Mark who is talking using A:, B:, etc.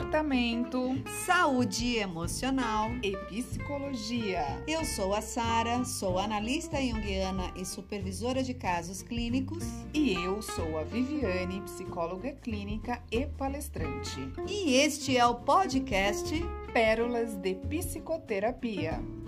A: relacionamento
B: saúde emocional.
A: e psicologia.
B: Eu sou a Sara, sou analista junguiana e supervisora de casos clínicos,
A: E eu sou a Viviane, psicóloga clínica e palestrante.
B: e este é o podcast
A: Pérolas de Psicoterapia.